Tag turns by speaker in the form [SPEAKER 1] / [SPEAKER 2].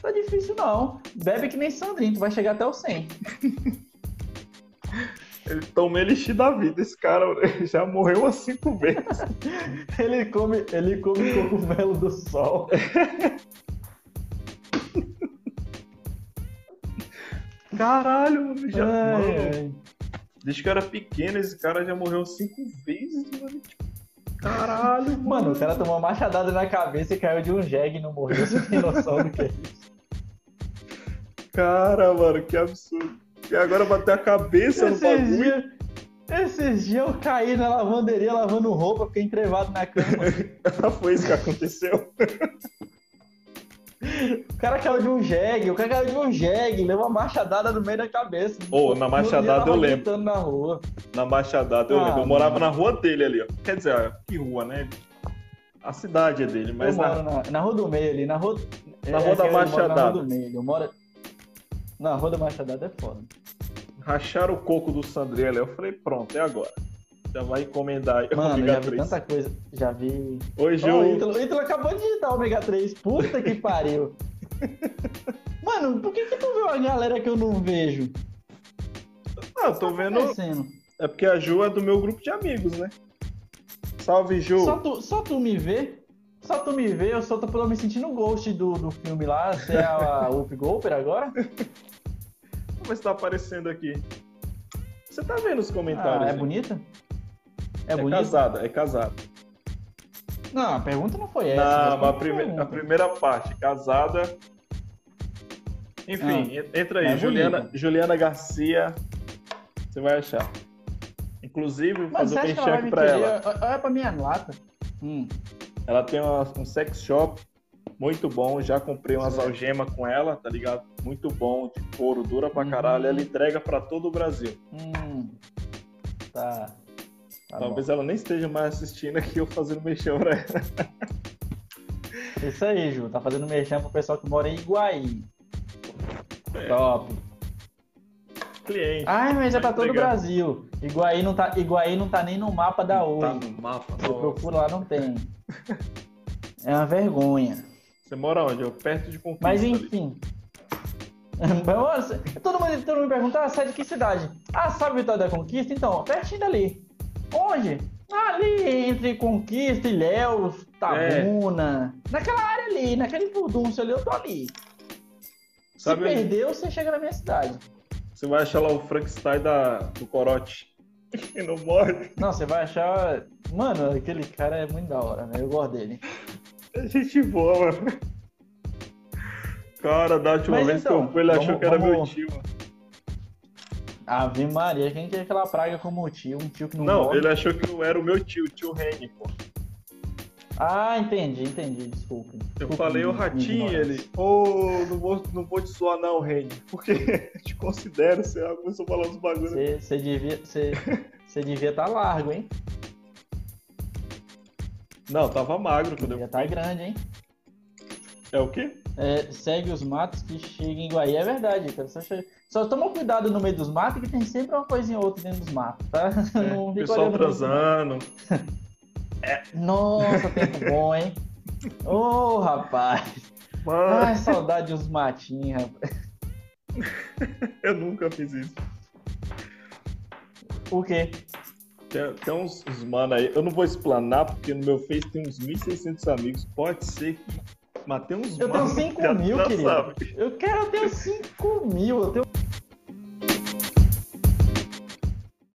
[SPEAKER 1] Tá difícil não. Bebe que nem Sandrinho, tu vai chegar até o 100.
[SPEAKER 2] Ele toma elixir da vida. Esse cara já morreu umas cinco vezes.
[SPEAKER 1] Ele come, ele come cogumelo do sol.
[SPEAKER 2] Caralho, mano. Já, mano,
[SPEAKER 1] Ai, ai.
[SPEAKER 2] Desde que eu era pequeno, esse cara já morreu cinco vezes, mano. Tipo, Caralho,
[SPEAKER 1] Mano, o cara tomou uma machadada na cabeça e caiu de um jegue e não morreu. Você tem noção do que é isso?
[SPEAKER 2] Cara, mano, que absurdo. E agora bateu a cabeça no
[SPEAKER 1] Esses
[SPEAKER 2] bagulho.
[SPEAKER 1] dias, esses dias eu caí na lavanderia lavando roupa, fiquei entrevado na cama.
[SPEAKER 2] Foi isso que aconteceu.
[SPEAKER 1] O cara caiu de um jegue, o cara caiu de um jegue, levou uma machadada no meio da cabeça.
[SPEAKER 2] Ô,
[SPEAKER 1] No outro
[SPEAKER 2] na
[SPEAKER 1] dia
[SPEAKER 2] machadada
[SPEAKER 1] tava
[SPEAKER 2] eu lembro.
[SPEAKER 1] gritando na rua.
[SPEAKER 2] Na Baixadada, eu
[SPEAKER 1] Ah,
[SPEAKER 2] lembro. Eu morava na rua dele ali, ó. Quer dizer, ó, que rua, né? A cidade é dele, mas
[SPEAKER 1] eu
[SPEAKER 2] na-
[SPEAKER 1] moro na, na Rua do Meio ali, na Rua,
[SPEAKER 2] Na Rua
[SPEAKER 1] é,
[SPEAKER 2] da
[SPEAKER 1] eu moro Na
[SPEAKER 2] Machadada.
[SPEAKER 1] Rua do Meio, eu moro... Na Rua da Machadada é foda.
[SPEAKER 2] racharam o coco do Sandré ali. Eu falei, pronto, é agora. Já vai encomendar aí o
[SPEAKER 1] Mano, eu
[SPEAKER 2] ômega
[SPEAKER 1] já vi
[SPEAKER 2] 3.
[SPEAKER 1] tanta coisa, já vi...
[SPEAKER 2] Hoje
[SPEAKER 1] Ó, o
[SPEAKER 2] eu...
[SPEAKER 1] Ítalo, o Ítalo acabou de digitar o ômega 3, puta que pariu. Mano, por que que tu viu a galera que eu não vejo?
[SPEAKER 2] Ah, eu tô vendo...
[SPEAKER 1] Acontecendo.
[SPEAKER 2] É porque a Ju é do meu grupo de amigos, né? Salve, Ju.
[SPEAKER 1] Só tu, só tu me vê, só tu me vê, eu só tô, tô me sentindo um ghost do, do filme lá, você é a Whoop Golper agora?
[SPEAKER 2] Como você tá aparecendo aqui? Você tá vendo os comentários?
[SPEAKER 1] Ah, é
[SPEAKER 2] né?
[SPEAKER 1] bonita? É,
[SPEAKER 2] É,
[SPEAKER 1] bonita?
[SPEAKER 2] casada, é casada.
[SPEAKER 1] Não, a pergunta não foi essa.
[SPEAKER 2] Na,
[SPEAKER 1] responde
[SPEAKER 2] a,
[SPEAKER 1] a
[SPEAKER 2] prime-
[SPEAKER 1] pergunta.
[SPEAKER 2] a primeira parte, casada. Enfim, en- entra aí,
[SPEAKER 1] Ah, mas é
[SPEAKER 2] Juliana,
[SPEAKER 1] bonita.
[SPEAKER 2] Juliana Garcia. Você vai achar. Inclusive, vou
[SPEAKER 1] Mas
[SPEAKER 2] fazer
[SPEAKER 1] você
[SPEAKER 2] um
[SPEAKER 1] acha que ela vai
[SPEAKER 2] pencheque
[SPEAKER 1] me
[SPEAKER 2] pra
[SPEAKER 1] querer?
[SPEAKER 2] ela.
[SPEAKER 1] Olha- Olha pra minha lata. Hum,
[SPEAKER 2] Ela tem uma- um sex shop muito bom. Já comprei umas
[SPEAKER 1] Certo.
[SPEAKER 2] algemas com ela, tá ligado? Muito bom, de couro, dura pra
[SPEAKER 1] Uhum.
[SPEAKER 2] caralho. Ela entrega pra todo o Brasil.
[SPEAKER 1] hum. Tá. tá
[SPEAKER 2] Talvez ela nem esteja mais assistindo aqui eu fazendo mexer pra ela.
[SPEAKER 1] bom. Isso aí, Ju. Tá fazendo merchan pro pessoal que mora em Iguaí.
[SPEAKER 2] É.
[SPEAKER 1] Top.
[SPEAKER 2] Cliente.
[SPEAKER 1] Ai, mas é pra todo o
[SPEAKER 2] Obrigado.
[SPEAKER 1] Brasil. Iguaí não, tá, Iguaí não tá nem no mapa da
[SPEAKER 2] tá
[SPEAKER 1] OI.
[SPEAKER 2] no mapa.
[SPEAKER 1] Você
[SPEAKER 2] nossa.
[SPEAKER 1] procura lá, não tem. É uma vergonha.
[SPEAKER 2] Você mora onde? Eu perto de Conquista.
[SPEAKER 1] Mas
[SPEAKER 2] ali.
[SPEAKER 1] enfim. Mano, cê- todo mundo, todo mundo me pergunta, ah, sai de que cidade? Ah, sabe Vitória da Conquista? Então, ó, pertinho dali. Onde? Ali entre Conquista, Ilhéus, Tabuna.
[SPEAKER 2] É.
[SPEAKER 1] Naquela área ali, naquele furdúncio ali, eu tô ali.
[SPEAKER 2] Sabe
[SPEAKER 1] Se
[SPEAKER 2] onde?
[SPEAKER 1] perdeu, você chega na minha cidade.
[SPEAKER 2] Você vai achar lá o Frankenstein da... do Corote. Que não morre.
[SPEAKER 1] Não, você vai achar... Mano, aquele cara é muito da hora, né? Eu gosto dele.
[SPEAKER 2] É gente boa, mano. Cara, da última
[SPEAKER 1] Mas
[SPEAKER 2] vez que
[SPEAKER 1] então,
[SPEAKER 2] eu fui, ele achou
[SPEAKER 1] vamos-
[SPEAKER 2] que era meu
[SPEAKER 1] vamos-
[SPEAKER 2] tio. mano.
[SPEAKER 1] Ave Maria, quem quer aquela praga como tio? Um tio que não,
[SPEAKER 2] Não,
[SPEAKER 1] morre.
[SPEAKER 2] ele achou que eu era o meu tio, o tio Reni, pô.
[SPEAKER 1] Ah, entendi, entendi, desculpa.
[SPEAKER 2] Eu
[SPEAKER 1] Desculpa,
[SPEAKER 2] falei o
[SPEAKER 1] minha- minha
[SPEAKER 2] ratinho e
[SPEAKER 1] ignorância.
[SPEAKER 2] ele. Ô, não, vou, não vou te zoar não, Reni. Porque eu te considero, você começou a falar uns bagulhos.
[SPEAKER 1] Você devia estar devia tá largo, hein?
[SPEAKER 2] Não, tava magro quando eu
[SPEAKER 1] Devia estar tá grande, hein?
[SPEAKER 2] É o quê?
[SPEAKER 1] É, segue os matos que chega em Guaí, é verdade, cara. Só, che- só toma cuidado no meio dos matos, que tem sempre uma coisinha ou outra dentro dos matos, tá? Não
[SPEAKER 2] o
[SPEAKER 1] fica
[SPEAKER 2] É, pessoal
[SPEAKER 1] olhando muito.
[SPEAKER 2] transando.
[SPEAKER 1] Nossa, tempo bom, hein? Ô, rapaz!
[SPEAKER 2] Mano,
[SPEAKER 1] Ai, saudade dos matinhos, rapaz.
[SPEAKER 2] eu nunca fiz isso.
[SPEAKER 1] O quê?
[SPEAKER 2] Tem, tem uns, uns mano aí. Eu não vou explanar, porque no meu Face tem uns 1.600 amigos. Pode ser que. Mas tem uns
[SPEAKER 1] Eu tenho
[SPEAKER 2] mano
[SPEAKER 1] 5
[SPEAKER 2] já-
[SPEAKER 1] mil,
[SPEAKER 2] já
[SPEAKER 1] querido.
[SPEAKER 2] sabe.
[SPEAKER 1] Eu quero, eu tenho 5 mil, eu tenho